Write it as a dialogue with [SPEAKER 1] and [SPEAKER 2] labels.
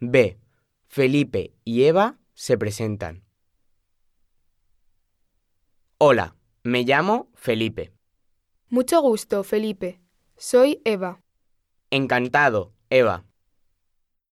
[SPEAKER 1] B. Felipe y Eva se presentan. Hola, me llamo Felipe.
[SPEAKER 2] Mucho gusto, Felipe. Soy Eva.
[SPEAKER 1] Encantado, Eva.